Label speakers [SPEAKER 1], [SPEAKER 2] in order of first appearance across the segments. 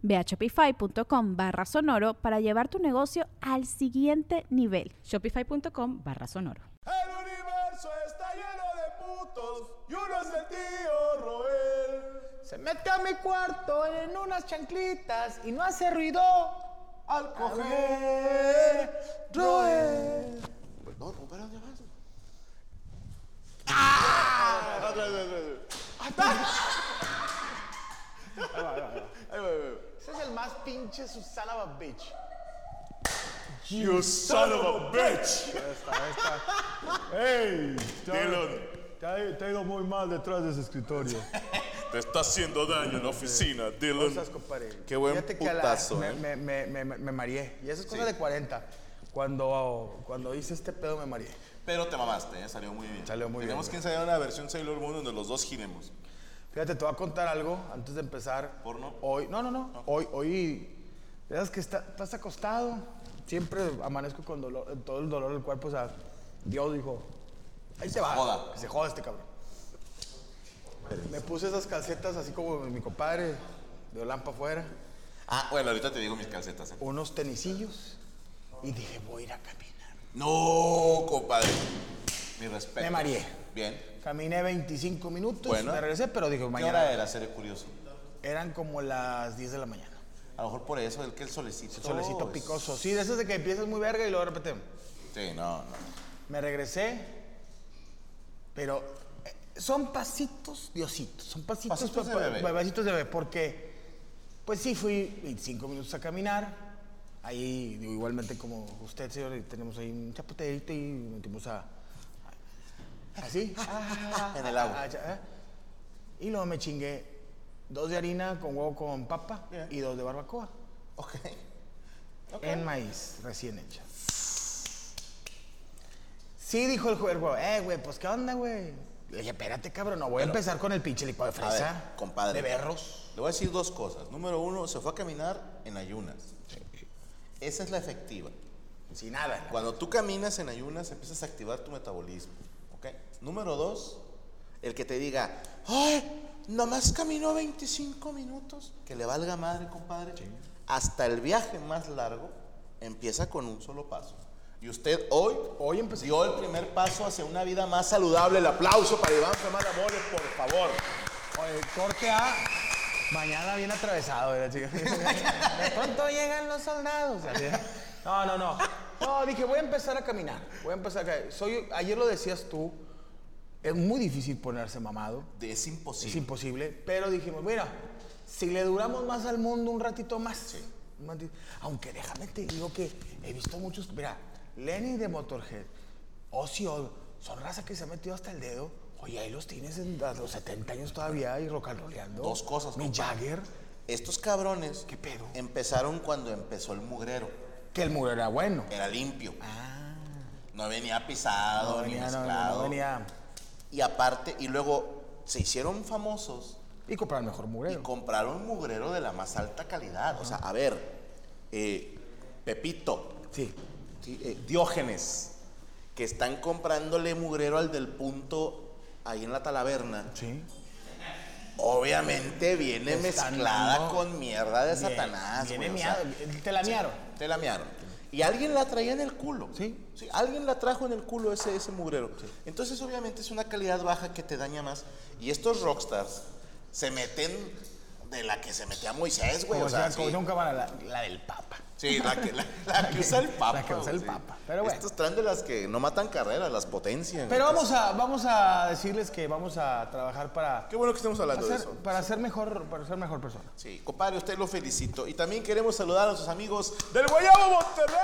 [SPEAKER 1] Ve a shopify.com barra sonoro para llevar tu negocio al siguiente nivel.
[SPEAKER 2] Shopify.com barra sonoro.
[SPEAKER 3] El universo está lleno de putos y uno es el tío Roel. Se mete a mi cuarto en unas chanclitas y no hace ruido al coger Roel. Pues no, no, espera, ya vas. ¡Ah! Otra vez, otra vez. ¡Ay, Ahí va, ahí va, ahí va. Ahí va, ahí va. Ese es el más pinche su son of a bitch.
[SPEAKER 4] You son of a bitch.
[SPEAKER 5] ¡Ey! Te, ha-
[SPEAKER 4] Dylan.
[SPEAKER 5] te ha- te ha ido muy mal detrás de ese escritorio.
[SPEAKER 4] Te está haciendo daño en la oficina, Dylan.
[SPEAKER 3] Cosas, compadre.
[SPEAKER 4] Qué buen
[SPEAKER 3] Fíjate que a la-
[SPEAKER 4] putazo,
[SPEAKER 3] me,
[SPEAKER 4] ¿eh?
[SPEAKER 3] me, me, me, me- me mareé. Y eso es cosa de 40. Cuando, cuando hice este pedo me mareé.
[SPEAKER 4] Pero te mamaste, ¿eh? salió muy bien.
[SPEAKER 3] Salió muy bien,
[SPEAKER 4] Tenemos
[SPEAKER 3] güey.
[SPEAKER 4] que ensayar una versión Sailor Moon donde los dos giremos.
[SPEAKER 3] Fíjate, te voy a contar algo antes de empezar.
[SPEAKER 4] ¿Porno?
[SPEAKER 3] Hoy, no, no, no. Hoy, hoy, de esas que está- estás acostado. Siempre amanezco con dolor, eh, todo el dolor del cuerpo. O sea, Dios dijo, ahí se va.
[SPEAKER 4] joda.
[SPEAKER 3] Que se joda este cabrón. Me puse esas calcetas así como mi compadre, de Olampa afuera,
[SPEAKER 4] Ah, bueno, ahorita te digo mis calcetas. ¿eh?
[SPEAKER 3] unos tenisillos. Y dije, voy a ir a caminar.
[SPEAKER 4] No, compadre. Mi respeto.
[SPEAKER 3] Me mareé.
[SPEAKER 4] Bien.
[SPEAKER 3] Caminé 25 minutos,
[SPEAKER 4] Bueno.
[SPEAKER 3] me regresé, pero dije,
[SPEAKER 4] ¿Qué hora
[SPEAKER 3] mañana.
[SPEAKER 4] era? Seré curioso.
[SPEAKER 3] Eran como las 10 de la mañana.
[SPEAKER 4] A lo mejor por eso, el que el solecito.
[SPEAKER 3] Solecito
[SPEAKER 4] es-
[SPEAKER 3] picoso. Oh, Sí, de esas de que empiezas muy verga y luego de repente.
[SPEAKER 4] Sí, no, no.
[SPEAKER 3] Me regresé, pero eh, son pasitos de osito, son pasitos,
[SPEAKER 4] Pasitos de
[SPEAKER 3] pa- pa-
[SPEAKER 4] bebé.
[SPEAKER 3] pasitos de bebé, porque pues sí fui 25 minutos a caminar, ahí digo, igualmente como usted, señor, y tenemos ahí un chapoteito y metimos a... a- Así,
[SPEAKER 4] En el agua.
[SPEAKER 3] Ah, ya, ¿eh? Y luego me chingué dos de harina con huevo con papa
[SPEAKER 4] Bien.
[SPEAKER 3] y dos de barbacoa
[SPEAKER 4] Ok. Ok.
[SPEAKER 3] en maíz recién hecha. Sí, dijo el juez, güey, eh, güey, pues qué onda, güey. Le dije, espérate, cabrón, no voy a empezar con el pinche licuado de
[SPEAKER 4] A
[SPEAKER 3] fresa.
[SPEAKER 4] ver, compadre.
[SPEAKER 3] De berros.
[SPEAKER 4] Le voy a decir dos cosas. Número uno, se fue a caminar en ayunas. Esa es la efectiva.
[SPEAKER 3] Sin nada.
[SPEAKER 4] Cuando tú caminas en ayunas, empiezas a activar tu metabolismo. ¿ok? Número dos, el que te diga, ¡ay! Nomás caminó 25 minutos. Que le valga madre, compadre. Hasta el viaje más largo empieza con un solo paso. Y usted hoy,
[SPEAKER 3] Hoy empezó.
[SPEAKER 4] dio el primer paso hacia una vida más saludable. El aplauso para Iván Femar Amores, por favor.
[SPEAKER 3] Oye, corte A. Mañana bien atravesado, ¿verdad, chica? De pronto llegan los soldados. así. No, no, no. No, dije, voy a empezar a caminar. Voy a empezar a caminar. Soy, ayer lo decías tú, es muy difícil ponerse mamado.
[SPEAKER 4] Es
[SPEAKER 3] Es
[SPEAKER 4] imposible.
[SPEAKER 3] imposible, pero dijimos, mira, si le duramos más al mundo un ratito más, un ratito- aunque déjame te digo que he visto muchos, mira, Lenny de Motorhead, Ozzy Osbourne, son raza que se ha metido hasta el dedo, oye, ahí los tienes en, a los 70 años todavía y rock and rollando.
[SPEAKER 4] Dos cosas,
[SPEAKER 3] Mi
[SPEAKER 4] compadre.
[SPEAKER 3] Jagger,
[SPEAKER 4] Estos cabrones
[SPEAKER 3] ¿Qué pedo?
[SPEAKER 4] empezaron cuando empezó el mugrero.
[SPEAKER 3] que el muro era bueno.
[SPEAKER 4] Era limpio. Ah, No venía pisado,
[SPEAKER 3] Ah. No
[SPEAKER 4] ni
[SPEAKER 3] venía, no,
[SPEAKER 4] mezclado.
[SPEAKER 3] no venía.
[SPEAKER 4] Y aparte, y luego se hicieron famosos
[SPEAKER 3] Y comprar mejor
[SPEAKER 4] y
[SPEAKER 3] murero.
[SPEAKER 4] compraron mugrero de la más alta calidad. O sea, a ver, eh, Pepito,
[SPEAKER 3] Sí.
[SPEAKER 4] sí, eh, Diógenes, que están comprándole mugrero al del punto ahí en la talaverna.
[SPEAKER 3] Sí.
[SPEAKER 4] Obviamente viene
[SPEAKER 3] Están
[SPEAKER 4] mezclada
[SPEAKER 3] dando-
[SPEAKER 4] con mierda de Satanás.
[SPEAKER 3] Viene
[SPEAKER 4] güey, o sea,
[SPEAKER 3] miado, te la miaron.
[SPEAKER 4] Te lamearon. Y alguien la traía en el culo.
[SPEAKER 3] Sí.
[SPEAKER 4] alguien la trajo en el culo ese, ese mugrero. Entonces, obviamente, es una calidad baja que te daña más. Y estos rockstars se meten de la que se metía Moisés, güey.
[SPEAKER 3] Como
[SPEAKER 4] O sea,
[SPEAKER 3] decía,
[SPEAKER 4] sí.
[SPEAKER 3] Pues como nunca van a la, la del Papa.
[SPEAKER 4] Sí, la que, la, la que usa el Papa.
[SPEAKER 3] La que usa el
[SPEAKER 4] güey, sí.
[SPEAKER 3] Papa, pero bueno.
[SPEAKER 4] Estos traen de las que no matan carrera, las potencian.
[SPEAKER 3] Pero
[SPEAKER 4] güey.
[SPEAKER 3] vamos a, vamos a decirles que vamos a trabajar para,
[SPEAKER 4] Qué bueno que estamos hablando de
[SPEAKER 3] hacer-
[SPEAKER 4] eso.
[SPEAKER 3] para ser mejor, para ser mejor persona.
[SPEAKER 4] Sí, compadre, usted lo felicito. Y también queremos saludar a nuestros amigos del Guayabo Monterrey.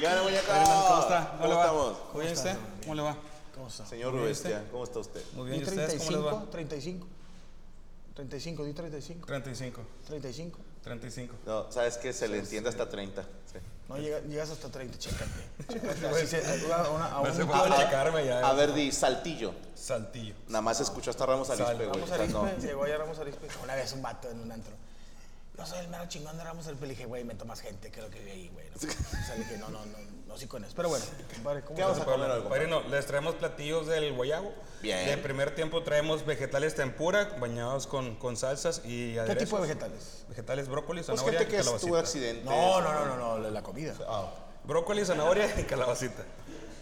[SPEAKER 4] ¿Qué onda, muñeco?
[SPEAKER 6] ¿Cómo está?
[SPEAKER 4] Ah, ¿Cómo estamos?
[SPEAKER 6] ¿Cómo bien usted? ¿Cómo le va?
[SPEAKER 4] Señor Bestia, ¿cómo está usted?
[SPEAKER 6] Muy
[SPEAKER 3] Di
[SPEAKER 6] bien, ¿y ustedes cómo les va?
[SPEAKER 3] 35, 35, 35, di 35,
[SPEAKER 6] 35,
[SPEAKER 3] 35.
[SPEAKER 6] 35.
[SPEAKER 4] No, ¿sabes qué? Se le entiende hasta 30. Sí.
[SPEAKER 3] No, llega- llegas hasta 30, chécate. chécate así se- a una- a
[SPEAKER 6] No
[SPEAKER 3] un-
[SPEAKER 6] se puede checarme ya.
[SPEAKER 4] A ver, di Saltillo.
[SPEAKER 6] Saltillo.
[SPEAKER 4] Nada más escuchó hasta Ramos Arizpe, güey.
[SPEAKER 3] Ramos
[SPEAKER 4] O sea, no.
[SPEAKER 3] Arizpe, llegó allá Ramos Arizpe. Una vez un vato en un antro. Yo soy el mero chingón de Ramos Arizpe. Le dije, güey, meto más gente que lo que vi ahí, güey. ¿no? O sea, le dije, no, no, no, no soy con eso. Pero bueno, compadre, ¿cómo
[SPEAKER 4] ¿Qué vamos a
[SPEAKER 3] estás?
[SPEAKER 4] comer algo?
[SPEAKER 6] Padrino, les traemos platillos del guayabo.
[SPEAKER 4] Bien.
[SPEAKER 6] De primer tiempo traemos vegetales tempura bañados con, con salsas y
[SPEAKER 3] ¿Qué
[SPEAKER 6] aderezos.
[SPEAKER 3] tipo de vegetales?
[SPEAKER 6] Vegetales, brócoli,
[SPEAKER 4] Pues
[SPEAKER 6] zanahoria
[SPEAKER 4] gente
[SPEAKER 6] y
[SPEAKER 4] que estuvo
[SPEAKER 6] calabacita.
[SPEAKER 4] accidente.
[SPEAKER 3] No, no, no, no, no, la comida.
[SPEAKER 4] Ah,
[SPEAKER 6] Brócoli, zanahoria y calabacita.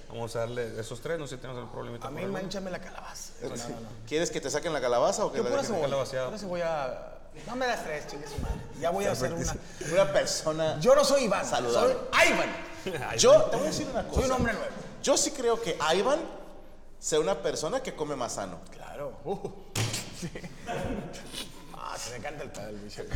[SPEAKER 6] Vamos a darle esos tres, no sé si tenemos algún problemita.
[SPEAKER 3] A mí
[SPEAKER 6] por ahí.
[SPEAKER 3] manchame la calabaza. No, no, no.
[SPEAKER 4] ¿Quieres Eh, que te saquen la calabaza o que
[SPEAKER 3] Yo
[SPEAKER 4] la
[SPEAKER 3] pura
[SPEAKER 4] dejen?
[SPEAKER 3] cebolla.
[SPEAKER 6] calabaceado.
[SPEAKER 3] Pura cebolla. No me las tres, chingue su madre. Ya voy a hacer una.
[SPEAKER 4] Una persona.
[SPEAKER 3] Yo no soy Iván,
[SPEAKER 4] Saludable.
[SPEAKER 3] soy Ivan.
[SPEAKER 4] Yo te voy a decir una cosa.
[SPEAKER 3] Soy un hombre nuevo.
[SPEAKER 4] Yo sí creo que Ivan sea una persona que come más sano.
[SPEAKER 3] Claro. Uh. Sí. Ah, se me encanta el padre, Michel.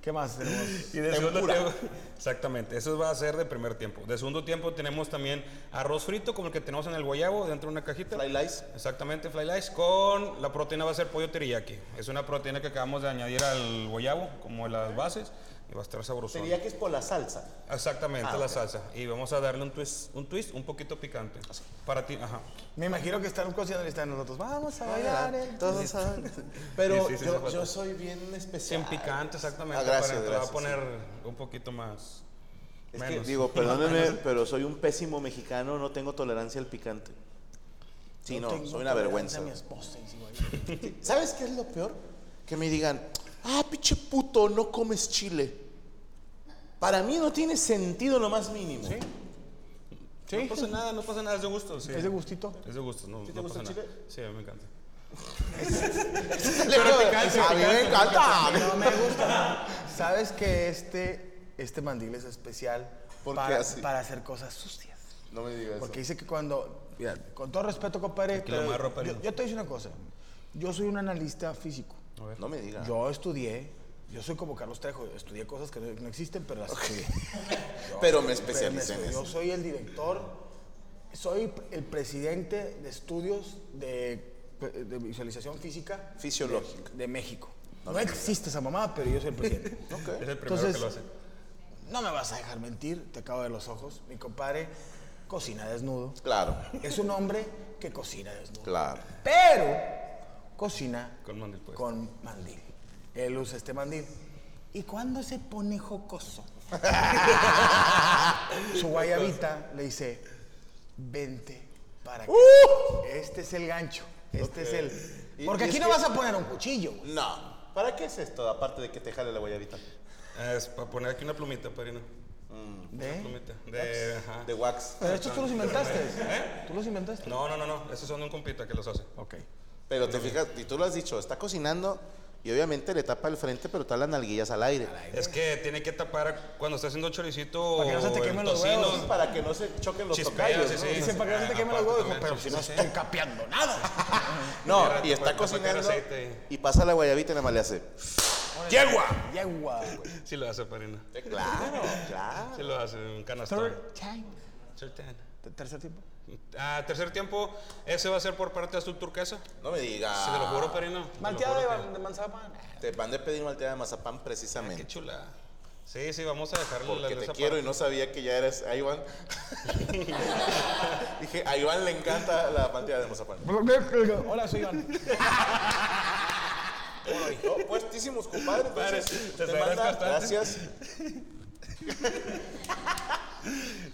[SPEAKER 3] ¿Qué más tenemos?
[SPEAKER 6] Y de segundo
[SPEAKER 4] Tempura.
[SPEAKER 6] tiempo- Exactamente, eso va a ser de primer tiempo. De segundo tiempo tenemos también arroz frito como el que tenemos en el guayabo dentro de una cajita.
[SPEAKER 4] Fly lice.
[SPEAKER 6] Exactamente, fly lice con la proteína va a ser pollo teriyaki. Es una proteína que acabamos de añadir al guayabo como las bases y va a estar sabroso.
[SPEAKER 4] Sería que es por la salsa.
[SPEAKER 6] Exactamente,
[SPEAKER 4] Ah,
[SPEAKER 6] la
[SPEAKER 4] ok.
[SPEAKER 6] salsa. Y vamos a darle un twist, un twist un poquito picante. Para ti, ajá.
[SPEAKER 3] Me imagino que están cocinando y están nosotros. Vamos a bailar. eh.
[SPEAKER 4] Todos saben. Pero
[SPEAKER 6] Sí, sí, sí, se
[SPEAKER 4] yo,
[SPEAKER 6] falta.
[SPEAKER 4] yo soy bien especial.
[SPEAKER 6] Sin picante, exactamente.
[SPEAKER 4] Ah, gracias,
[SPEAKER 6] para, te
[SPEAKER 4] gracias,
[SPEAKER 6] va a poner un poquito más.
[SPEAKER 4] Es que
[SPEAKER 6] menos.
[SPEAKER 4] digo, perdónenme, pero soy un pésimo mexicano, no tengo tolerancia al picante. Sí, no,
[SPEAKER 3] tengo
[SPEAKER 4] soy una vergüenza.
[SPEAKER 3] tolerancia a mi esposa, y sigo ahí.
[SPEAKER 4] ¿Sabes qué es lo peor? Que me digan, ah, pinche puto, no comes chile. Para mí no tiene sentido lo más mínimo. ¿Sí?
[SPEAKER 6] No pasa nada, no pasa nada, es de gusto. sí.
[SPEAKER 3] ¿Es de gustito?
[SPEAKER 6] Es de gusto, no,
[SPEAKER 4] te
[SPEAKER 6] no
[SPEAKER 4] gusta
[SPEAKER 6] pasa
[SPEAKER 4] el
[SPEAKER 6] nada.
[SPEAKER 4] chile?
[SPEAKER 6] Sí, a mí me encanta.
[SPEAKER 4] a mí me encanta.
[SPEAKER 3] No me gusta. Sabes que este, este mandil es especial
[SPEAKER 4] ¿Por qué
[SPEAKER 3] para,
[SPEAKER 4] así?
[SPEAKER 3] para hacer cosas sucias.
[SPEAKER 4] No me digas
[SPEAKER 3] Porque dice que cuando. Mira, con todo respeto, compadre.
[SPEAKER 6] lo
[SPEAKER 3] pero
[SPEAKER 6] amarro, pero-
[SPEAKER 3] yo, yo te digo una cosa. Yo soy un analista físico.
[SPEAKER 4] No me digas.
[SPEAKER 3] Yo estudié. Yo soy como Carlos Trejo. Estudié cosas que no, no existen, pero las estudié. Yo-
[SPEAKER 4] Pero me
[SPEAKER 3] pero
[SPEAKER 4] especialicé en
[SPEAKER 3] estu-
[SPEAKER 4] eso.
[SPEAKER 3] Yo soy el director. Soy el presidente de estudios de, de visualización física
[SPEAKER 4] Fisiológica.
[SPEAKER 3] de México. No existe esa mamá, pero yo soy el presidente.
[SPEAKER 6] Es el primero
[SPEAKER 3] Entonces,
[SPEAKER 6] que lo hace.
[SPEAKER 3] No me vas a dejar mentir, te acabo de los ojos. Mi compadre cocina desnudo.
[SPEAKER 4] Claro,
[SPEAKER 3] Es un hombre que cocina desnudo.
[SPEAKER 4] claro.
[SPEAKER 3] Pero cocina
[SPEAKER 6] Con mandil, pues.
[SPEAKER 3] con mandil. Él usa este mandil. ¿Y cuando se pone jocoso? Su guayabita le dice, vente para acá.
[SPEAKER 6] ¡Uh!
[SPEAKER 3] Este es el gancho. Este es
[SPEAKER 4] Y-
[SPEAKER 3] el...
[SPEAKER 4] y
[SPEAKER 3] Porque aquí
[SPEAKER 4] es
[SPEAKER 3] no
[SPEAKER 4] que-
[SPEAKER 3] vas a poner un cuchillo. güey.
[SPEAKER 4] No. ¿Para qué es esto? Aparte de que te jale la guayabita.
[SPEAKER 6] Es para poner aquí una plumita, Perino.
[SPEAKER 3] ¿Ve?
[SPEAKER 6] Plumita. De, ajá.
[SPEAKER 4] De wax.
[SPEAKER 3] Pero estos tú los inventaste.
[SPEAKER 6] ¿Eh?
[SPEAKER 3] ¿Tú los inventaste?
[SPEAKER 6] No, no, no, no. Esos son de un compita que los hace.
[SPEAKER 3] Ok.
[SPEAKER 4] Pero te fijas, y tú lo has dicho, está cocinando y obviamente le tapa el frente, pero está las nalguillas al aire.
[SPEAKER 6] Es que tiene que tapar cuando está haciendo choricito
[SPEAKER 3] Para que no se te
[SPEAKER 6] o el
[SPEAKER 3] quemen los
[SPEAKER 6] tocino,
[SPEAKER 3] huevos.
[SPEAKER 4] Sí, para que no se choquen los
[SPEAKER 6] Chispea,
[SPEAKER 4] tocayos,
[SPEAKER 6] sí,
[SPEAKER 4] ¿no?
[SPEAKER 6] sí. Ah,
[SPEAKER 3] Dicen, ¿para que no se te quemen los
[SPEAKER 6] Aparte
[SPEAKER 3] huevos? Dijo,
[SPEAKER 6] también,
[SPEAKER 3] Pero
[SPEAKER 6] sí,
[SPEAKER 3] si no
[SPEAKER 6] sí.
[SPEAKER 3] estoy capeando nada.
[SPEAKER 4] No,
[SPEAKER 6] Tierra,
[SPEAKER 4] y
[SPEAKER 6] te
[SPEAKER 4] está
[SPEAKER 6] puede- te puede caer
[SPEAKER 4] cocinando
[SPEAKER 6] aceite.
[SPEAKER 4] y pasa la guayabita y nada más le hace.
[SPEAKER 3] ¡Yegua! ¡Yegua, güey!
[SPEAKER 6] Sí lo hace, Perino.
[SPEAKER 4] Claro, claro.
[SPEAKER 6] Sí lo hace, un canastón.
[SPEAKER 3] Third time.
[SPEAKER 6] Third time.
[SPEAKER 3] Te- Tercer tiempo.
[SPEAKER 6] Ah, tercer tiempo, ese va a ser por parte de Azul Turquesa.
[SPEAKER 4] No me digas.
[SPEAKER 6] Si te lo juro, Perino. te lo
[SPEAKER 3] Malteado
[SPEAKER 6] juro
[SPEAKER 3] de, de manzana.
[SPEAKER 4] Te van de pedir malteada de mazapán
[SPEAKER 6] que- Qué
[SPEAKER 4] precisamente.
[SPEAKER 6] chula. Sí, sí, vamos a dejarle la
[SPEAKER 4] Porque
[SPEAKER 6] de
[SPEAKER 4] te
[SPEAKER 6] esa
[SPEAKER 4] quiero y
[SPEAKER 6] parte.
[SPEAKER 4] no sabía que ya eres a Iván. Dije, a Iván le encanta la malteada de mazapán.
[SPEAKER 3] Hola, soy Iván.
[SPEAKER 4] No, puestísimos, compadre. Entonces,
[SPEAKER 6] te
[SPEAKER 4] te
[SPEAKER 6] agradezco
[SPEAKER 4] manda
[SPEAKER 6] bastante.
[SPEAKER 4] gracias.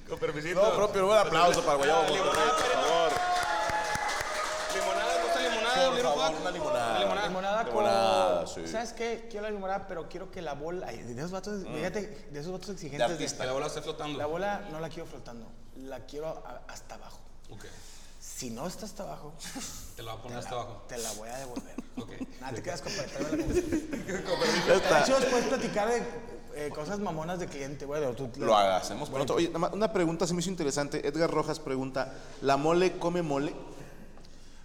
[SPEAKER 6] Con permisito.
[SPEAKER 4] No, propio, un aplauso para Guayabo Monterrey,
[SPEAKER 6] Ah, limonada,
[SPEAKER 4] por favor. Por favor,
[SPEAKER 6] Perino. Limonada, ¿te gusta limonada, Little Fuck?
[SPEAKER 4] una limonada.
[SPEAKER 3] Limonada con.
[SPEAKER 4] Limonada, Ah, sí.
[SPEAKER 3] ¿Sabes qué? Quiero la limonada, pero quiero que la bola. ay, de esos vatos, fíjate, de esos vatos
[SPEAKER 4] Mm. De
[SPEAKER 3] exigentes. de-
[SPEAKER 4] artista.
[SPEAKER 6] Que la bola esté flotando.
[SPEAKER 3] la bola no la quiero flotando, la quiero a- hasta abajo.
[SPEAKER 6] Ok.
[SPEAKER 3] Si no estás hasta abajo,
[SPEAKER 6] Te la voy a poner hasta abajo.
[SPEAKER 3] te la voy a devolver.
[SPEAKER 6] Ok.
[SPEAKER 3] Nada, te quedas con tráeme la conversación.
[SPEAKER 4] Ya
[SPEAKER 3] Está
[SPEAKER 4] está.
[SPEAKER 3] chido después platicar de eh, cosas mamonas de cliente, güey. de tú-
[SPEAKER 4] Lo hacemos pronto. Oye, nada más, una pregunta se me hizo interesante. Edgar Rojas pregunta, ¿la mole come mole?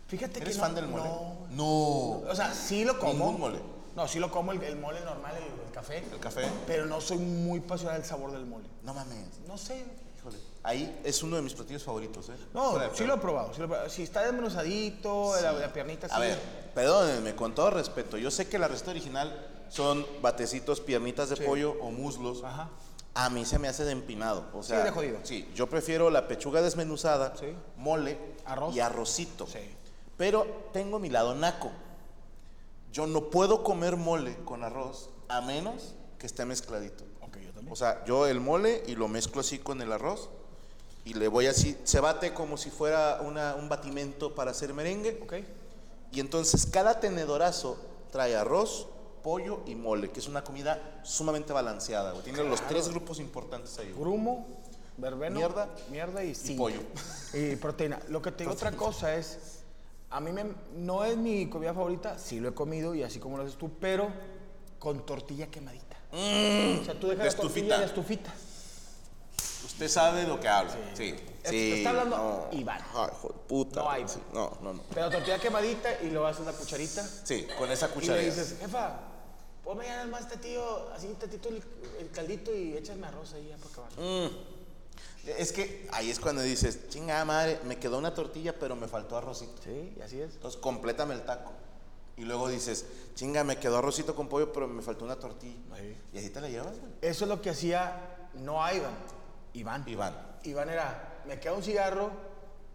[SPEAKER 3] Fíjate que
[SPEAKER 4] ¿Eres
[SPEAKER 3] no-
[SPEAKER 4] fan del mole?
[SPEAKER 3] no.
[SPEAKER 4] No.
[SPEAKER 3] O sea, sí lo como.
[SPEAKER 4] Ningún mole.
[SPEAKER 3] No, sí lo como el, el mole normal, el, el café.
[SPEAKER 4] El café.
[SPEAKER 3] Pero no soy muy apasionado del sabor del mole.
[SPEAKER 4] No mames.
[SPEAKER 3] No sé.
[SPEAKER 4] Híjole. Ahí es uno de mis platillos favoritos, ¿eh?
[SPEAKER 3] No,
[SPEAKER 4] Fuera de
[SPEAKER 3] sí
[SPEAKER 4] pedo.
[SPEAKER 3] lo he probado. sí lo he probado. Si está desmenuzadito, la, la piernita
[SPEAKER 4] A
[SPEAKER 3] sí.
[SPEAKER 4] ver, perdónenme, con todo respeto, yo sé que la receta original son batecitos, piernitas de pollo o muslos.
[SPEAKER 3] Ajá.
[SPEAKER 4] A mí se me hace de empinado. O sea,
[SPEAKER 3] de jodido.
[SPEAKER 4] Sí, yo prefiero la pechuga desmenuzada,
[SPEAKER 3] Sí.
[SPEAKER 4] mole
[SPEAKER 3] Arroz.
[SPEAKER 4] y arrocito.
[SPEAKER 3] Sí.
[SPEAKER 4] Pero tengo mi lado naco. Yo no puedo comer mole con arroz a menos que esté mezcladito.
[SPEAKER 3] Ok, yo también.
[SPEAKER 4] O sea, yo el mole y lo mezclo así con el arroz y le voy así, se bate como si fuera una- un batimento para hacer merengue.
[SPEAKER 3] Ok.
[SPEAKER 4] Y entonces cada tenedorazo trae arroz, pollo y mole, que es una comida sumamente balanceada, güey. Tiene los tres grupos importantes ahí. güey.
[SPEAKER 3] Grumo, verbeno.
[SPEAKER 4] Mierda.
[SPEAKER 3] Mierda y zinc.
[SPEAKER 4] pollo.
[SPEAKER 3] Y proteína. Lo que te digo otra cosa es, a mí me- no es mi comida favorita, sí lo he comido y así como lo haces tú, pero con tortilla quemadita. o sea, tú dejas
[SPEAKER 4] Mm. de
[SPEAKER 3] la tortilla
[SPEAKER 4] estufita.
[SPEAKER 3] en la estufita.
[SPEAKER 4] Usted sabe de lo que habla. Sí.
[SPEAKER 3] Es- te está hablando Iván.
[SPEAKER 4] Ay, hijo de puta.
[SPEAKER 3] No, Iván.
[SPEAKER 4] Sí, No, no, no.
[SPEAKER 3] Pero tortilla quemadita y lo haces la cucharita
[SPEAKER 4] Sí, con esa
[SPEAKER 3] y le
[SPEAKER 4] cucharilla.
[SPEAKER 3] dices, jefa, ponme ya nada más este tío, así tatito el, el caldito y échame arroz ahí ya para acabar.
[SPEAKER 4] Mm. Es que ahí es cuando dices, chingada madre, me quedó una tortilla, pero me faltó arrocito.
[SPEAKER 3] Sí, y así es.
[SPEAKER 4] Entonces, complétame el taco. Y luego dices, chinga, me quedó arrocito con pollo, pero me faltó una tortilla. Y así te la llevas, güey.
[SPEAKER 3] Eso es lo que hacía no a Iván, Iván.
[SPEAKER 4] Iván.
[SPEAKER 3] Iván era, me queda un cigarro,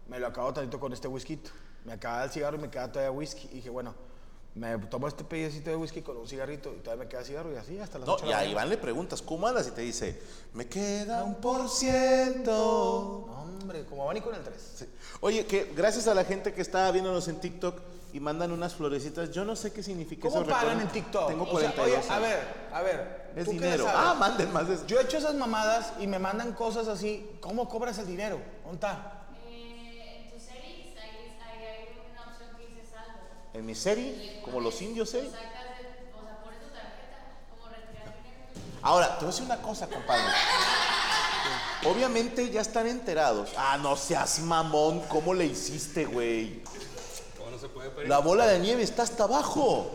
[SPEAKER 3] me lo acabo tantito con este whisky. Me acaba el cigarro y me queda todavía whisky. Y dije, bueno, me tomo este pedacito de whisky con un cigarrito y todavía me queda cigarro y así hasta las
[SPEAKER 4] No,
[SPEAKER 3] ocho de
[SPEAKER 4] y
[SPEAKER 3] la
[SPEAKER 4] a
[SPEAKER 3] mañana.
[SPEAKER 4] Iván le preguntas, ¿cómo andas? Y te dice, me queda un por ciento.
[SPEAKER 3] No, hombre, como abanico en el 3.
[SPEAKER 4] Sí. Oye, que gracias a la gente que está viéndonos en TikTok y mandan unas florecitas, yo no sé qué significa
[SPEAKER 3] ¿Cómo
[SPEAKER 4] eso.
[SPEAKER 3] pagan
[SPEAKER 4] recuerden-
[SPEAKER 3] en TikTok?
[SPEAKER 4] Tengo
[SPEAKER 3] O sea,
[SPEAKER 4] 42
[SPEAKER 3] oye, a
[SPEAKER 4] años.
[SPEAKER 3] ver, a ver.
[SPEAKER 4] Es
[SPEAKER 3] ¿tú qué le
[SPEAKER 4] dinero.
[SPEAKER 3] sabes?
[SPEAKER 4] Ah, manden más. de-
[SPEAKER 3] Yo he hecho esas mamadas y me mandan cosas así. ¿Cómo cobras el dinero? ¿Onta?
[SPEAKER 7] Eh, en tus series ahí, ahí hay una opción que dice saldo.
[SPEAKER 4] En mi serie, como los indios, ¿eh?
[SPEAKER 7] Sacas de, o sea, pones tu tarjeta como retirar dinero.
[SPEAKER 4] Ahora, te voy a decir una cosa, compadre. Obviamente ya están enterados. Ah, no seas mamón, ¿cómo le hiciste, güey?
[SPEAKER 6] No, no se puede pedir.
[SPEAKER 4] La bola de nieve está hasta abajo.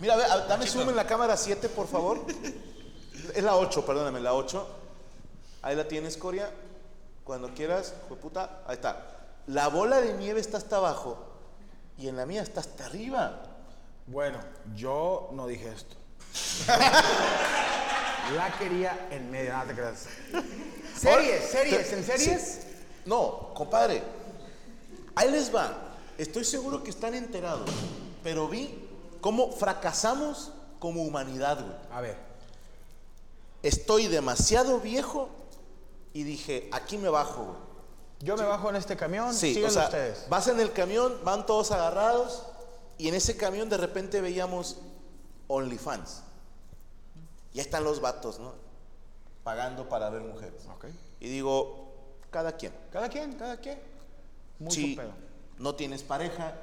[SPEAKER 4] Mira, a ver, a- dame zoom en la cámara 7, por favor. Es la 8, perdóname, la 8. Ahí la tienes, Coria. Cuando quieras, puta, ahí está. La bola de nieve está hasta abajo y en la mía está hasta arriba.
[SPEAKER 3] Bueno, yo no dije esto. La quería en medio, nada te creas.
[SPEAKER 4] Ahora,
[SPEAKER 3] Series, series,
[SPEAKER 4] te-
[SPEAKER 3] en series.
[SPEAKER 4] sí. No, compadre. Ahí les va. Estoy seguro que están enterados, pero vi cómo fracasamos como humanidad, güey.
[SPEAKER 3] A ver,
[SPEAKER 4] Estoy demasiado viejo y dije, aquí me bajo, güey.
[SPEAKER 3] yo me bajo en este camión,
[SPEAKER 4] Sí,
[SPEAKER 3] síganlo
[SPEAKER 4] o sea,
[SPEAKER 3] ustedes.
[SPEAKER 4] vas en el camión, van todos agarrados y en ese camión de repente veíamos OnlyFans. Ya están los vatos, ¿no? Pagando para ver mujeres.
[SPEAKER 3] Ok.
[SPEAKER 4] Y digo, cada quien.
[SPEAKER 3] Cada quien, cada quien. Mucho
[SPEAKER 4] si
[SPEAKER 3] pedo.
[SPEAKER 4] no tienes pareja,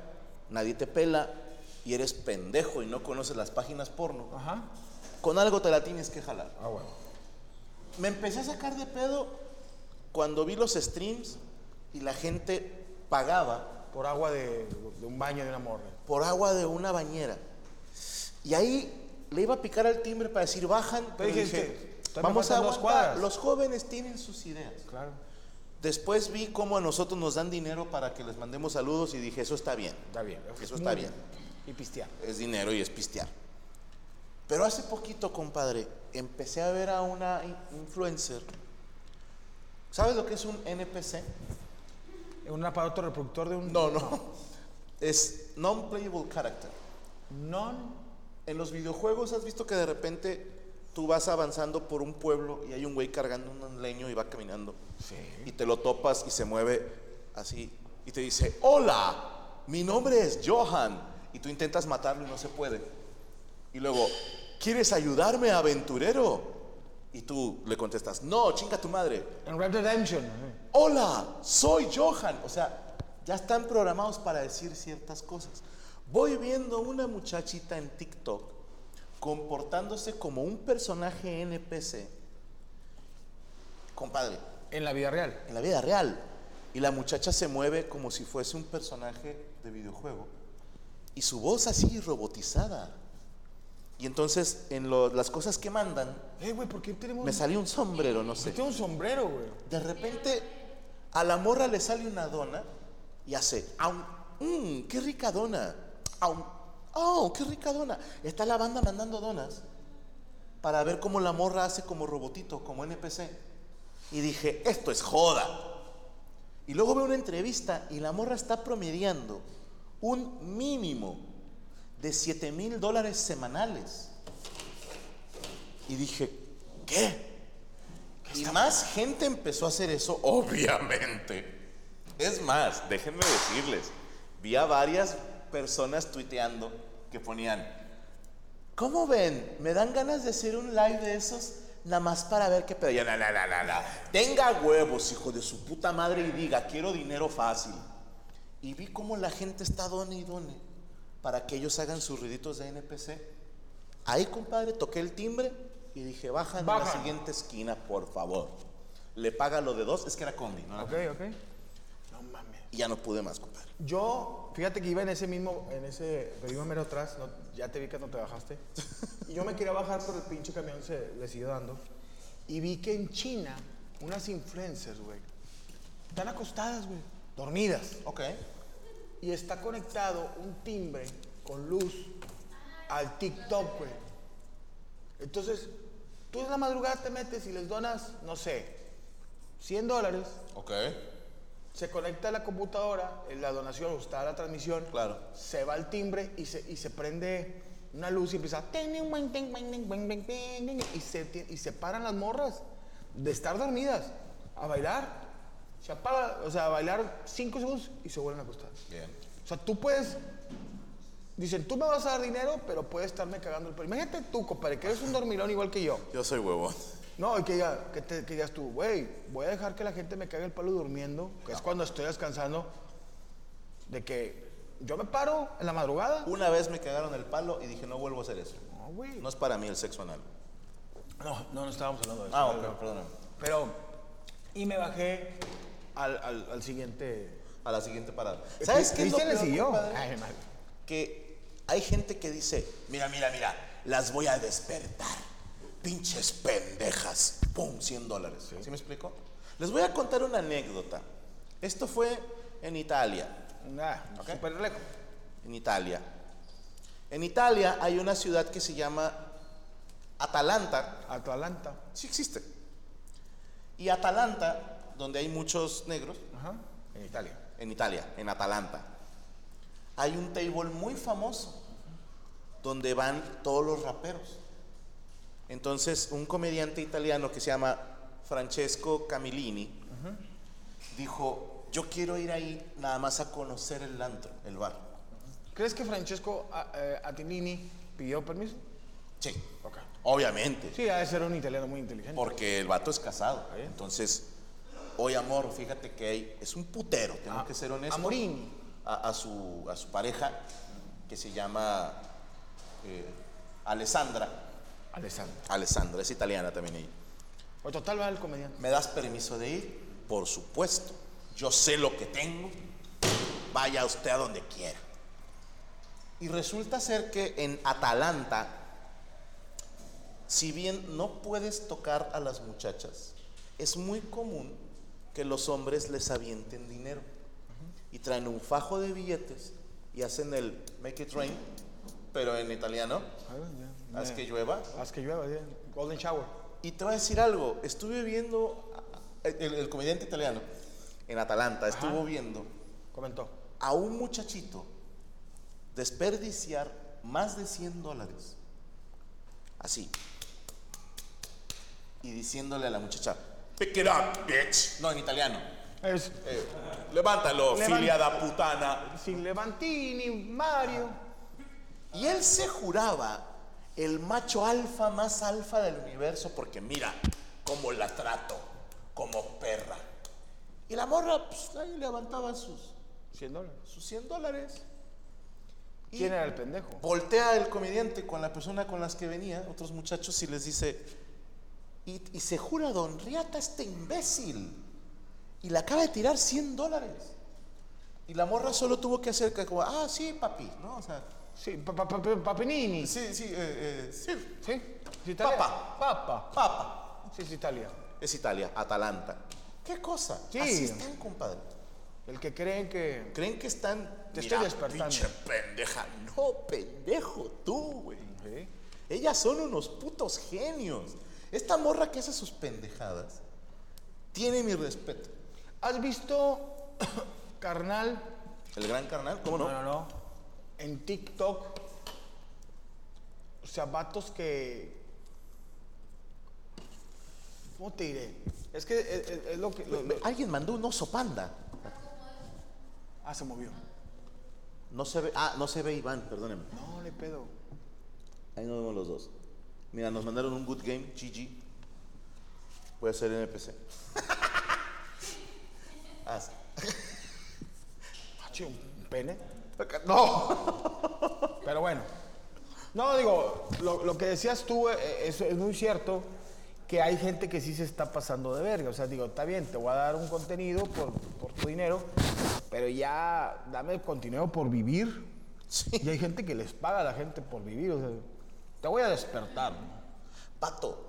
[SPEAKER 4] nadie te pela y eres pendejo y no conoces las páginas porno,
[SPEAKER 3] Ajá.
[SPEAKER 4] con algo te la tienes que jalar.
[SPEAKER 3] Ah, bueno.
[SPEAKER 4] Me empecé a sacar de pedo cuando vi los streams y la gente pagaba
[SPEAKER 3] Por agua de, de un baño de una morra.
[SPEAKER 4] por agua de una bañera. Y ahí le iba a picar al timbre para decir bajan, pero
[SPEAKER 3] dijiste,
[SPEAKER 4] dije,
[SPEAKER 3] "Todavía me
[SPEAKER 4] vamos a
[SPEAKER 3] faltan dos
[SPEAKER 4] aguantar,
[SPEAKER 3] cuadras".
[SPEAKER 4] Los jóvenes tienen sus ideas.
[SPEAKER 3] Claro.
[SPEAKER 4] Después vi cómo a nosotros nos dan dinero para que les mandemos saludos y dije, eso está bien.
[SPEAKER 3] Está bien.
[SPEAKER 4] Eso está
[SPEAKER 3] Muy
[SPEAKER 4] bien.
[SPEAKER 3] Y pistear.
[SPEAKER 4] es dinero y es pistear. Pero hace poquito, compadre, empecé a ver a una in- influencer. ¿Sabes lo que es un NPC?
[SPEAKER 3] Un aparato reproductor de un.
[SPEAKER 4] No, no. Es non-playable character.
[SPEAKER 3] Non.
[SPEAKER 4] En los videojuegos has visto que de repente tú vas avanzando por un pueblo y hay un güey cargando un leño y va caminando. Y te lo topas y se mueve así y te dice, hola, mi nombre es Johan. Y tú intentas matarlo y no se puede. Y luego, ¿quieres ayudarme, aventurero? Y tú le contestas, no, chinga tu madre.
[SPEAKER 3] En Red Redemption.
[SPEAKER 4] Hola, soy Johan. O sea, ya están programados para decir ciertas cosas. Voy viendo una muchachita en TikTok comportándose como un personaje NPC. Compadre,
[SPEAKER 3] En la vida real.
[SPEAKER 4] en la vida real. Y la muchacha se mueve como si fuese un personaje de videojuego. Y su voz así robotizada. Y entonces en lo- las cosas que mandan,
[SPEAKER 3] Eh, güey, ¿por qué tenemos.?
[SPEAKER 4] me salió un sombrero, no
[SPEAKER 3] ¿por qué
[SPEAKER 4] sé.
[SPEAKER 3] tengo un sombrero, güey.
[SPEAKER 4] De repente a la morra le sale una dona y hace, "Aun, mm, qué rica dona! Aun, ¡Oh, qué rica dona! Y está la banda mandando donas para ver cómo la morra hace como robotito, como NPC. Y dije, esto es joda. Y luego veo una entrevista y la morra está promediando un mínimo de 7 mil dólares semanales. Y dije, ¿qué? Y más gente empezó a hacer eso, obviamente. Es más, déjenme decirles, vi a varias personas tuiteando que ponían, ¿cómo ven? Me dan ganas de hacer un live de esos nada más para ver qué pedo. Ya, la, la, la, la, la. Tenga huevos, hijo de su puta madre, y diga, quiero dinero fácil. Y vi cómo la gente está done y done para que ellos hagan sus ruiditos de NPC. Ahí, compadre, toqué el timbre y dije, bajan a la
[SPEAKER 6] Bajan.
[SPEAKER 4] siguiente esquina, por favor. Le paga lo de dos, es que era combi, ¿no?
[SPEAKER 3] Ok, ok. No mames.
[SPEAKER 4] Y ya no pude más, compadre.
[SPEAKER 3] Yo, fíjate que iba en ese mismo, en ese, pero iba mero atrás, no- ya te vi que no te bajaste. Y yo me quería bajar, pero el pinche camión se le siguió dando. Y vi que en China, unas influencers, güey, están acostadas, güey, dormidas.
[SPEAKER 4] Ok.
[SPEAKER 3] Y está conectado un timbre con luz al TikTok, güey. Entonces, tú en la madrugada te metes y les donas, no sé, 100 dólares.
[SPEAKER 4] Ok.
[SPEAKER 3] Se conecta a la computadora, en la donación, o está la transmisión.
[SPEAKER 4] Claro.
[SPEAKER 3] Se va al timbre y se, y se prende una luz y empieza. Y se, ti- y se paran las morras de estar dormidas a bailar. Se apaga, o sea, a bailar cinco segundos y se vuelven a acostar.
[SPEAKER 4] Bien.
[SPEAKER 3] O sea, tú puedes. Dicen, tú me vas a dar dinero, pero puedes estarme cagando el pelo. Imagínate tú, compadre, que eres un dormilón igual que yo.
[SPEAKER 4] Yo soy huevón.
[SPEAKER 3] No, y que, diga- que, te- que digas tú, güey, voy a dejar que la gente me cague el palo durmiendo, que es cuando estoy descansando, de que yo me paro en la madrugada.
[SPEAKER 4] Una vez me cagaron el palo y dije, no vuelvo a hacer eso.
[SPEAKER 3] No, güey.
[SPEAKER 4] No es para mí el sexo anal.
[SPEAKER 3] No, no, no estábamos hablando de eso.
[SPEAKER 4] Ah, ok, perdóname.
[SPEAKER 3] Pero, y me bajé al, al- al siguiente.
[SPEAKER 4] A la siguiente parada. ¿Sabes qué es lo
[SPEAKER 3] Cristian le
[SPEAKER 4] peor,
[SPEAKER 3] siguió.
[SPEAKER 4] compadre?
[SPEAKER 3] Ay, madre.
[SPEAKER 4] que hay gente que dice, mira, mira, mira, las voy a despertar. Pinches pendejas. ¡Pum! 100 dólares. ¿Sí, me explico? Les voy a contar una anécdota. Esto fue en Italia.
[SPEAKER 3] Nah, Ah, súper lejos.
[SPEAKER 4] En Italia. En Italia hay una ciudad que se llama Atalanta.
[SPEAKER 3] Atalanta.
[SPEAKER 4] Sí existe. Y Atalanta, donde hay muchos negros,
[SPEAKER 3] Ajá. En Italia.
[SPEAKER 4] en Italia, en Atalanta, hay un table muy famoso donde van todos los raperos. Entonces, un comediante italiano que se llama Francesco Camillini dijo, yo quiero ir ahí nada más a conocer el antro, el bar.
[SPEAKER 3] ¿Crees que Francesco a- eh, Atilini pidió permiso?
[SPEAKER 4] Sí,
[SPEAKER 3] Ok.
[SPEAKER 4] obviamente,
[SPEAKER 3] Sí, ha de ser un italiano muy inteligente.
[SPEAKER 4] porque el vato es casado. ¿eh? Entonces, oye amor, fíjate que hay- es un putero, tengo
[SPEAKER 3] Ah,
[SPEAKER 4] que ser honesto.
[SPEAKER 3] Amorini.
[SPEAKER 4] a, a su, a su pareja, que se llama eh, Alessandra.
[SPEAKER 3] Alessandro.
[SPEAKER 4] Alessandra, es italiana también ella.
[SPEAKER 3] O total va el comediante.
[SPEAKER 4] ¿Me das permiso de ir? Por supuesto. Yo sé lo que tengo. Vaya usted a donde quiera. Y resulta ser que en Atalanta, si bien no puedes tocar a las muchachas, es muy común que los hombres les avienten dinero. Y traen un fajo de billetes y hacen el make it rain, pero en italiano, haz que llueva,
[SPEAKER 3] Haz que llueva, ya. Golden Shower.
[SPEAKER 4] y te voy a decir algo, estuve viendo, a- a- el, el comediante italiano en Atalanta estuvo viendo
[SPEAKER 3] Comentó.
[SPEAKER 4] a un muchachito desperdiciar más de 100 dólares. Así. Y diciéndole a la muchacha, pick it up, bitch. No, en italiano.
[SPEAKER 3] Es
[SPEAKER 4] Eh, levántalo,
[SPEAKER 3] Levanta-
[SPEAKER 4] filiada putana.
[SPEAKER 3] sin Levantini, Mario.
[SPEAKER 4] Y él se juraba el macho alfa más alfa del universo porque mira cómo la trato, como perra. Y la morra pues, ahí levantaba sus
[SPEAKER 3] 100 dólares.
[SPEAKER 4] sus 100 dólares. Y
[SPEAKER 3] ¿Quién era el pendejo?
[SPEAKER 4] Voltea el comediante con la persona con las que venía, otros muchachos, y les dice, y, y se jura Don Riata este imbécil. Y le acaba de tirar 100 dólares. Y la morra solo tuvo que hacer que como, ah, sí, papi, ¿no? O sea,
[SPEAKER 3] Sí, pa- pa- pa- pa- Papinini. Sí.
[SPEAKER 4] sí, sí, eh, eh, sí,
[SPEAKER 3] sí, italiano.
[SPEAKER 4] Papa.
[SPEAKER 3] Papa.
[SPEAKER 4] papa.
[SPEAKER 3] Sí, sí, Italia.
[SPEAKER 4] Es Italia, Atalanta. ¿Qué cosa?
[SPEAKER 3] Sí.
[SPEAKER 4] Así están, compadre.
[SPEAKER 3] El que creen que.
[SPEAKER 4] ¿Creen que están...
[SPEAKER 3] Te estoy
[SPEAKER 4] Mira,
[SPEAKER 3] despertando.
[SPEAKER 4] Pinche pendeja. No, pendejo, tú, güey.
[SPEAKER 3] Sí.
[SPEAKER 4] Ellas son unos putos genios. Esta morra que hace sus pendejadas tiene mi respeto.
[SPEAKER 3] ¿Has visto, carnal,
[SPEAKER 4] El gran carnal, ¿cómo no?
[SPEAKER 3] No, no, no. En TikTok, o sea, vatos que. ¿Cómo te diré? Es que es, es- es lo que. lo- lo-
[SPEAKER 4] Alguien mandó un oso panda.
[SPEAKER 3] Ah, se movió.
[SPEAKER 4] No se ve, ah, no se ve Iván, perdónenme.
[SPEAKER 3] No, le pedo.
[SPEAKER 4] Ahí nos vemos los dos. Mira, nos mandaron un good game, GG. Voy a hacer NPC. Ah, sí.
[SPEAKER 3] Ah, chido, un pene.
[SPEAKER 4] No.
[SPEAKER 3] Pero bueno. No, digo, lo, lo que decías tú eh, es, es muy cierto que hay gente que sí se está pasando de verga. O sea, digo, está bien, te voy a dar un contenido por, por tu dinero, pero ya dame el contenido por vivir. Y hay gente que les paga a la gente por vivir. O sea, te voy a despertar. ¿no?
[SPEAKER 4] Pato,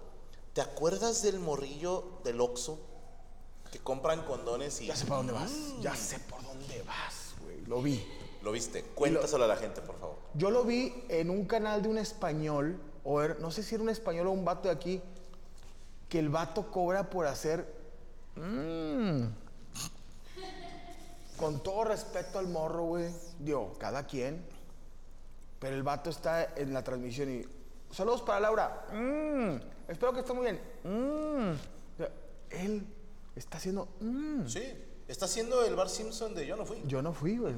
[SPEAKER 4] ¿te acuerdas del morrillo del Oxxo? Que compran condones y...
[SPEAKER 3] Ya sé para dónde vas. Mm, Ya sé por dónde vas, güey. Lo vi.
[SPEAKER 4] Lo viste. Cuéntaselo a la gente, por favor.
[SPEAKER 3] Yo lo vi en un canal de un español, o era- no sé si era un español o un vato de aquí, que el vato cobra por hacer. Mm. Con todo respeto al morro, güey. Digo, cada quien. Pero el vato está en la transmisión y. Saludos para Laura. Mm. Espero que esté muy bien. Mm. O sea, él está haciendo. mm.
[SPEAKER 4] Sí. Está haciendo el Bar Simpson de Yo no fui.
[SPEAKER 3] Yo no fui, güey.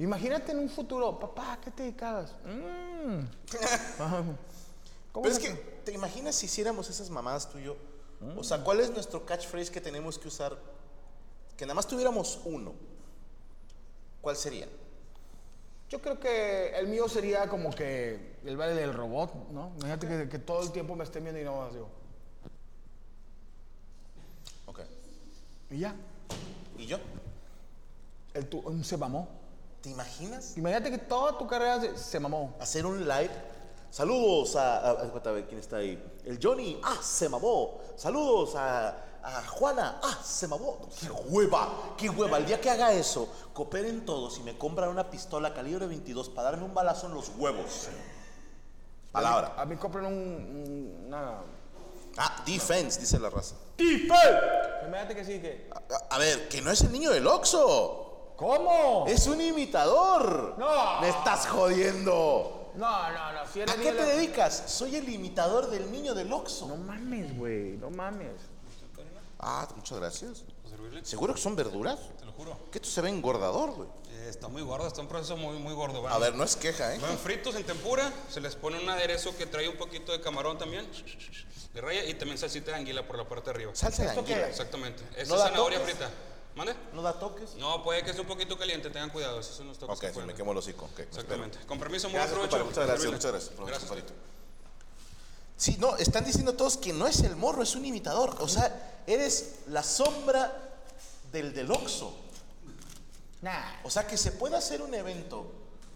[SPEAKER 3] Imagínate en un futuro, papá, ¿a ¿qué te dedicabas? Mm. Ah,
[SPEAKER 4] Pero
[SPEAKER 3] ¿Cómo
[SPEAKER 4] Pues es
[SPEAKER 3] se-
[SPEAKER 4] que, ¿te imaginas si hiciéramos esas mamadas tú y yo?
[SPEAKER 3] Hmm.
[SPEAKER 4] O sea, ¿cuál es nuestro catchphrase que tenemos que usar? Que nada más tuviéramos uno. ¿Cuál sería?
[SPEAKER 3] Yo creo que el mío sería como que el baile del robot, ¿no? Imagínate que, que todo el tiempo me estén viendo y no más digo.
[SPEAKER 4] Ok.
[SPEAKER 3] Y ya,
[SPEAKER 4] ¿Y yo?
[SPEAKER 3] el tu- un se mamó.
[SPEAKER 4] ¿Te imaginas
[SPEAKER 3] Imagínate que toda tu carrera se, se mamó.
[SPEAKER 4] hacer un live? Saludos a, a- a- cuéntame, quién está ahí. El Johnny, ah, se mamó. Saludos a, a Juana, ah, se mamó. ¡Qué hueva! ¡Qué hueva! El día que haga eso, cooperen todos y me compran una pistola calibre 22 para darme un balazo en los huevos. Palabra.
[SPEAKER 3] A mí compran un, un- una...
[SPEAKER 4] Ah, defense, dice la raza.
[SPEAKER 3] Imagínate que sí, que...
[SPEAKER 4] A, a ver, que no es el niño del Oxxo.
[SPEAKER 3] ¿Cómo?
[SPEAKER 4] Es un imitador.
[SPEAKER 3] No.
[SPEAKER 4] Me estás jodiendo.
[SPEAKER 3] No, no, no. Si era
[SPEAKER 4] ¿A qué te dedicas? Soy el imitador del niño del Oxxo.
[SPEAKER 3] No mames, güey, no mames.
[SPEAKER 4] Ah, muchas gracias. ¿Seguro que son verduras?
[SPEAKER 6] Te lo juro.
[SPEAKER 4] Que esto se ve engordador, güey.
[SPEAKER 6] Eh, está muy gordo, está un proceso muy, muy gordo.
[SPEAKER 4] A
[SPEAKER 6] bueno.
[SPEAKER 4] ver, no es queja, ¿eh?
[SPEAKER 6] Van fritos en tempura, se les pone un aderezo que trae un poquito de camarón también, de raya, y también salsita de anguila por la parte de arriba.
[SPEAKER 4] Salsa de anguila.
[SPEAKER 6] Exactamente. Esa
[SPEAKER 4] ¿No
[SPEAKER 6] es
[SPEAKER 4] da
[SPEAKER 6] zanahoria
[SPEAKER 4] toques?
[SPEAKER 6] frita. ¿Mande?
[SPEAKER 4] ¿No da toques?
[SPEAKER 6] No, puede que esté un poquito caliente, tengan cuidado, esos son los toques.
[SPEAKER 4] Ok,
[SPEAKER 6] que
[SPEAKER 4] se
[SPEAKER 6] pueden
[SPEAKER 4] me
[SPEAKER 6] dar.
[SPEAKER 4] quemó el hocico. ok, me espero.
[SPEAKER 6] Exactamente. Con permiso, muy
[SPEAKER 4] Gracias,
[SPEAKER 6] aprovecho.
[SPEAKER 4] compadre, Muchas gracias,
[SPEAKER 6] Servirle.
[SPEAKER 4] muchas gracias. Provecho,
[SPEAKER 6] Gracias.
[SPEAKER 4] compadrito. Sí, no, están diciendo todos que no es el morro, es un imitador. O sea, eres la sombra del del Oxxo.
[SPEAKER 3] Nah.
[SPEAKER 4] O sea, que se pueda hacer un evento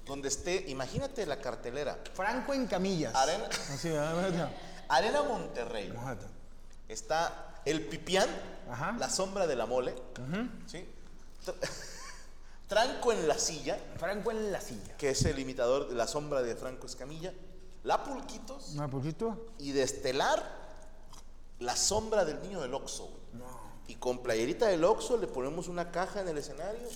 [SPEAKER 4] donde esté, imagínate la cartelera,
[SPEAKER 3] Franco en camillas.
[SPEAKER 4] Arena,
[SPEAKER 3] Así, ah, mira.
[SPEAKER 4] Arena Monterrey.
[SPEAKER 3] Mójate.
[SPEAKER 4] Está el Pipián,
[SPEAKER 3] Ajá.
[SPEAKER 4] la sombra de la mole, ¿sí? Tr- Tranco en la silla,
[SPEAKER 3] Franco en la silla.
[SPEAKER 4] que es el imitador de la sombra de Franco Escamilla, la Pulquitos
[SPEAKER 3] ¿Un poquito?
[SPEAKER 4] y de estelar la sombra del niño del Oxxo. güey. Y con playerita del Oxxo le ponemos una caja en el escenario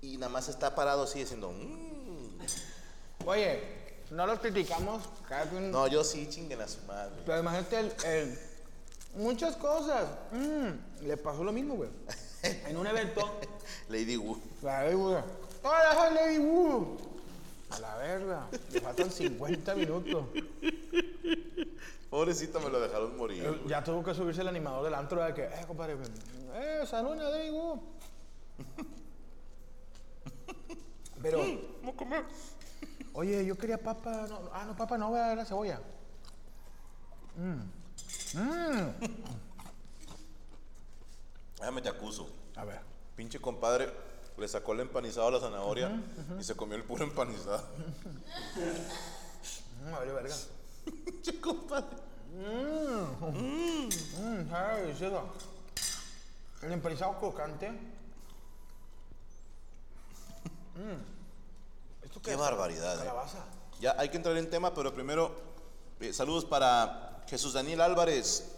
[SPEAKER 4] y nada más está parado así diciendo, "Mm".
[SPEAKER 3] Oye, no los criticamos, cada quien-
[SPEAKER 4] no, yo sí chinguen a su madre.
[SPEAKER 3] Pero imagínate el, el- muchas cosas. Mm, le pasó lo mismo, güey. En un evento,
[SPEAKER 4] Lady Wu.
[SPEAKER 3] la Lady Wu. ¡Hola, soy Lady Wu! A la verga, me faltan 50 minutos.
[SPEAKER 4] Pobrecito me lo dejaron morir. güey.
[SPEAKER 3] Ya tuvo que subirse el animador del antro de que, eh, compadre, eh, saluda Lady Wu. Pero. Oye, yo quería papa. no, ah, no, papa no, voy a dar la cebolla. Mm,
[SPEAKER 4] Déjame Ah, te acuso.
[SPEAKER 3] A ver.
[SPEAKER 4] Pinche compadre le sacó el empanizado a la zanahoria y se comió el puro empanizado.
[SPEAKER 3] Mm, vale, verga.
[SPEAKER 4] Pinche compadre.
[SPEAKER 3] Mm, sabe delicioso. El empanizado crocante. Mm. ¿Esto
[SPEAKER 4] Qué barbaridad. eh.
[SPEAKER 3] Calabaza.
[SPEAKER 4] Ya hay que entrar en tema, pero primero, eh, saludos para Jesús Daniel Álvarez,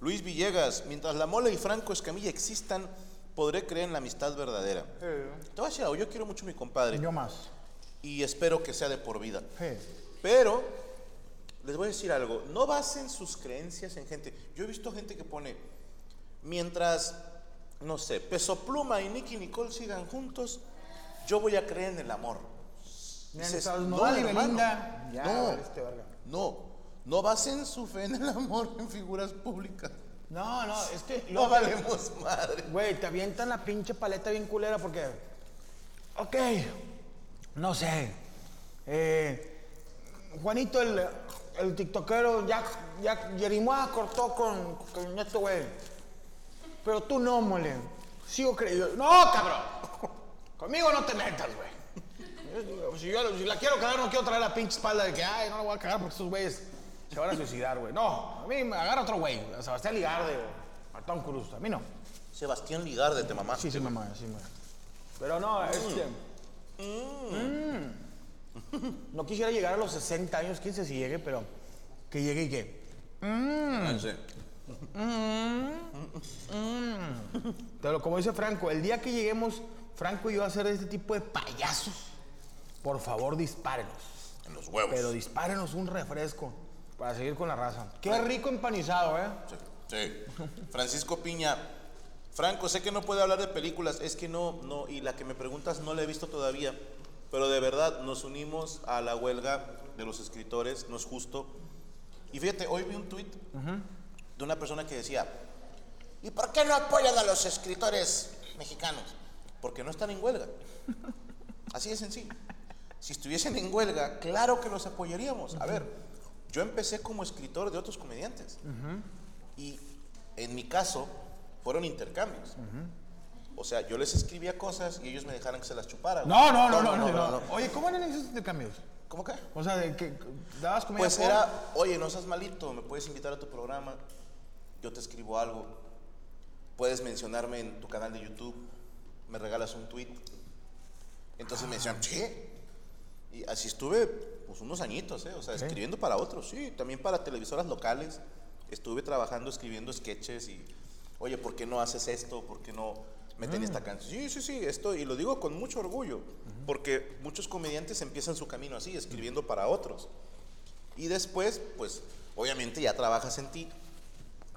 [SPEAKER 4] Luis Villegas. Mientras la mole y Franco Escamilla existan, podré creer en la amistad verdadera. Te voy a decir algo, yo quiero mucho a mi compadre
[SPEAKER 3] Yo más.
[SPEAKER 4] y espero que sea de por vida.
[SPEAKER 3] Sí.
[SPEAKER 4] Pero les voy a decir algo, no basen sus creencias en gente. Yo he visto gente que pone, mientras, no sé, Peso Pluma y Nicky Nicole sigan juntos, yo voy a creer en el amor.
[SPEAKER 3] Mientras
[SPEAKER 4] Dices,
[SPEAKER 3] Nodal y
[SPEAKER 4] hermano,
[SPEAKER 3] Belinda, ya, este-
[SPEAKER 4] no,
[SPEAKER 3] valiste verga.
[SPEAKER 4] no, no basen su fe en el amor en figuras públicas.
[SPEAKER 3] No, no, es que.
[SPEAKER 4] No
[SPEAKER 3] luego-
[SPEAKER 4] valemos madre.
[SPEAKER 3] Güey, te avientan la pinche paleta bien culera porque. Ok, no sé. eh, Juanito, el, el tiktokero, ya, ya Yerimoa cortó con, con este güey. Pero tú no, mole. Sigo creyendo. ¡No, cabrón! Conmigo no te metas, güey. Si, yo- si la quiero cagar, no quiero traer la pinche espalda de que, ay, no la voy a cagar porque estos güeyes se van a suicidar, güey. No, a mí me agarra otro güey. A Sebastián Ligarde o a Tom Cruise. A mí no.
[SPEAKER 4] Sebastián Ligarde, te mamá.
[SPEAKER 3] Sí, sí, mamá, sí, mamá. Pero no, es que. Mm. No quisiera llegar a los 60 años, 15 si llegue, pero que llegue y que. Mm. Pero como dice Franco, el día que lleguemos, Franco y yo a hacer este tipo de payasos, por favor dispárenos.
[SPEAKER 4] En los huevos.
[SPEAKER 3] Pero dispárenos un refresco para seguir con la raza. Qué rico empanizado, ¿eh?
[SPEAKER 4] Sí, sí. Francisco Piña. Franco, sé que no puede hablar de películas, es que no, no, y la que me preguntas no la he visto todavía, pero de verdad nos unimos a la huelga de los escritores, no es justo. Y fíjate, hoy vi un tuit de una persona que decía, ¿y por qué no apoyan a los escritores mexicanos? Porque no están en huelga. Así de sencillo. Si estuviesen en huelga, claro que los apoyaríamos. A ver, yo empecé como escritor de otros comediantes. Y en mi caso, fueron intercambios. O sea, yo les escribía cosas y ellos me dejaran que se las chupara. güey.
[SPEAKER 3] No, no, no, no, no, Oye, ¿cómo eran esos intercambios?
[SPEAKER 4] ¿Cómo que?
[SPEAKER 3] O sea, de que dabas comida
[SPEAKER 4] Pues
[SPEAKER 3] por-
[SPEAKER 4] era, oye, no seas malito, me puedes invitar a tu programa, yo te escribo algo, puedes mencionarme en tu canal de YouTube, me regalas un tweet. Entonces me decían, che. Y así estuve pues, unos añitos, ¿eh? O sea, escribiendo para otros, sí, también para televisoras locales. Estuve trabajando escribiendo sketches y, oye, ¿por qué no haces esto? ¿Por qué no meten esta canción? Sí, sí, sí, esto, y lo digo con mucho orgullo, porque muchos comediantes empiezan su camino así, escribiendo para otros. Y después, pues, obviamente ya trabajas en ti.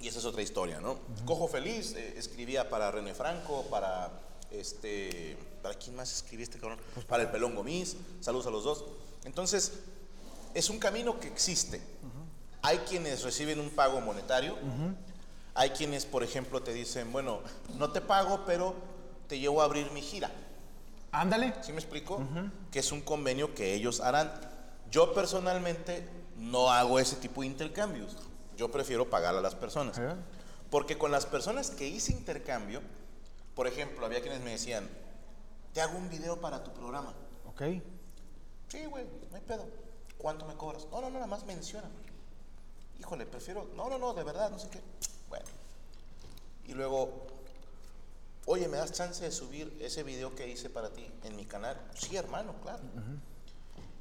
[SPEAKER 4] Y esa es otra historia, ¿no? Cojo Feliz eh, escribía para René Franco, para este. ¿Para quién más escribía este cabrón? para el Pelón Gomis. Saludos a los dos. Entonces, es un camino que existe. Hay quienes reciben un pago monetario. Hay quienes, por ejemplo, te dicen, bueno, no te pago, pero te llevo a abrir mi gira.
[SPEAKER 3] Ándale.
[SPEAKER 4] ¿Sí me explico? Que es un convenio que ellos harán. Yo personalmente no hago ese tipo de intercambios. Yo prefiero pagar a las personas.
[SPEAKER 3] ¿Eh?
[SPEAKER 4] Porque con las personas que hice intercambio, por ejemplo, había quienes me decían, te hago un video para tu programa.
[SPEAKER 3] Ok.
[SPEAKER 4] Sí, güey, no hay pedo. ¿Cuánto me cobras? No, no, no, nada más menciona. Híjole, prefiero. No, no, no, de verdad, no sé qué. Bueno. Y luego, oye, ¿me das chance de subir ese video que hice para ti en mi canal? Sí, hermano, claro.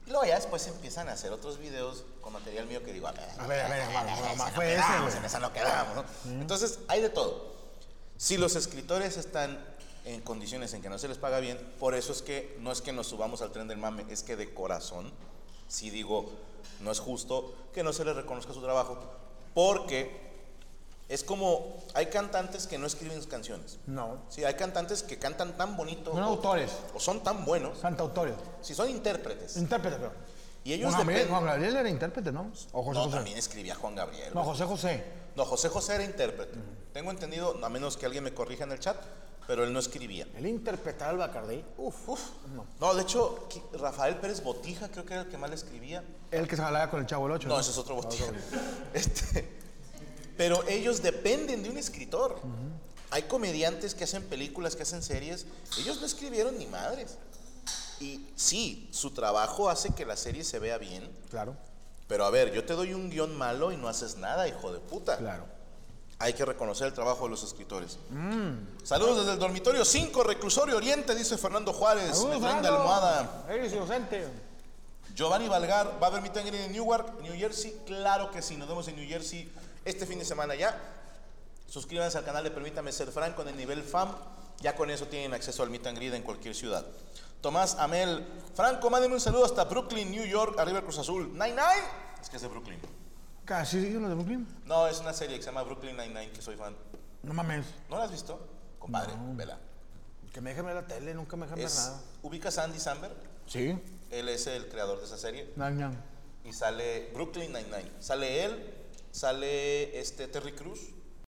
[SPEAKER 4] Y luego ya después empiezan a hacer otros videos con material mío que digo, a ver,
[SPEAKER 3] A ver, a ver, hermano,
[SPEAKER 4] en
[SPEAKER 3] mamá,
[SPEAKER 4] esa
[SPEAKER 3] fue
[SPEAKER 4] no
[SPEAKER 3] ese,
[SPEAKER 4] quedamos,
[SPEAKER 3] güey.
[SPEAKER 4] en esa no quedamos, ¿no? Entonces, hay de todo. Si los escritores están en condiciones en que no se les paga bien, por eso es que no es que nos subamos al tren del mame, es que de corazón, si digo, no es justo que no se les reconozca su trabajo, porque es como, hay cantantes que no escriben sus canciones.
[SPEAKER 3] No.
[SPEAKER 4] Sí, hay cantantes que cantan tan bonito.
[SPEAKER 3] Son
[SPEAKER 4] o-
[SPEAKER 3] autores.
[SPEAKER 4] O son tan buenos.
[SPEAKER 3] Cantautores.
[SPEAKER 4] Si son intérpretes.
[SPEAKER 3] Intérprete, pero.
[SPEAKER 4] Y ellos
[SPEAKER 3] Juan Gabriel,
[SPEAKER 4] dependen-
[SPEAKER 3] Juan Gabriel era intérprete, ¿no? O José
[SPEAKER 4] no,
[SPEAKER 3] José.
[SPEAKER 4] también escribía Juan Gabriel.
[SPEAKER 3] No, Mm. José José.
[SPEAKER 4] No, José José era intérprete. Tengo entendido, a menos que alguien me corrija en el chat, pero él no escribía.
[SPEAKER 3] Él interpretaba al Bacardí.
[SPEAKER 4] Uf, uf. No. de hecho, qui- Rafael Pérez Botija creo que era el que más le escribía.
[SPEAKER 3] El que se jalaba con el chavo el 8.
[SPEAKER 4] No, ese es otro
[SPEAKER 3] Ah,
[SPEAKER 4] Botija. Este, pero ellos dependen de un escritor. Hay comediantes que hacen películas, que hacen series. Ellos no escribieron ni madres. Y sí, su trabajo hace que la serie se vea bien.
[SPEAKER 3] Claro,
[SPEAKER 4] Pero a ver, yo te doy un guión malo y no haces nada, hijo de puta.
[SPEAKER 3] claro.
[SPEAKER 4] Hay que reconocer el trabajo de los escritores. Saludos desde el dormitorio 5, Reclusorio Oriente, dice Fernando Juárez, de Brenda Almohada.
[SPEAKER 3] Eres inocente.
[SPEAKER 4] Giovanni Valgar, ¿va a haber meet and greet en Newark, New Jersey? Claro que sí, nos vemos en New Jersey este fin de semana ya. Suscríbanse al canal de Permítame Ser Franco en el nivel FAM. Ya con eso tienen acceso al meet and greet en cualquier ciudad. Tomás Amel, Franco, mándeme un saludo hasta Brooklyn, New York, arriba el Cruz Azul. ¡Nine, nine! Es que es de Brooklyn.
[SPEAKER 3] Casi digo lo de Brooklyn.
[SPEAKER 4] No, es una serie que se llama Brooklyn Nine-Nine, que soy fan.
[SPEAKER 3] No mames.
[SPEAKER 4] ¿No la has visto? Compadre, vela.
[SPEAKER 3] Que me dejen ver la tele, nunca me dejan ver
[SPEAKER 4] Es,
[SPEAKER 3] nada.
[SPEAKER 4] ubicas a Andy Samberg,
[SPEAKER 3] Sí.
[SPEAKER 4] él es el creador de esa serie,
[SPEAKER 3] Ñam, ñam.
[SPEAKER 4] y sale Brooklyn Nine-Nine. Sale él, sale este Terry Cruz.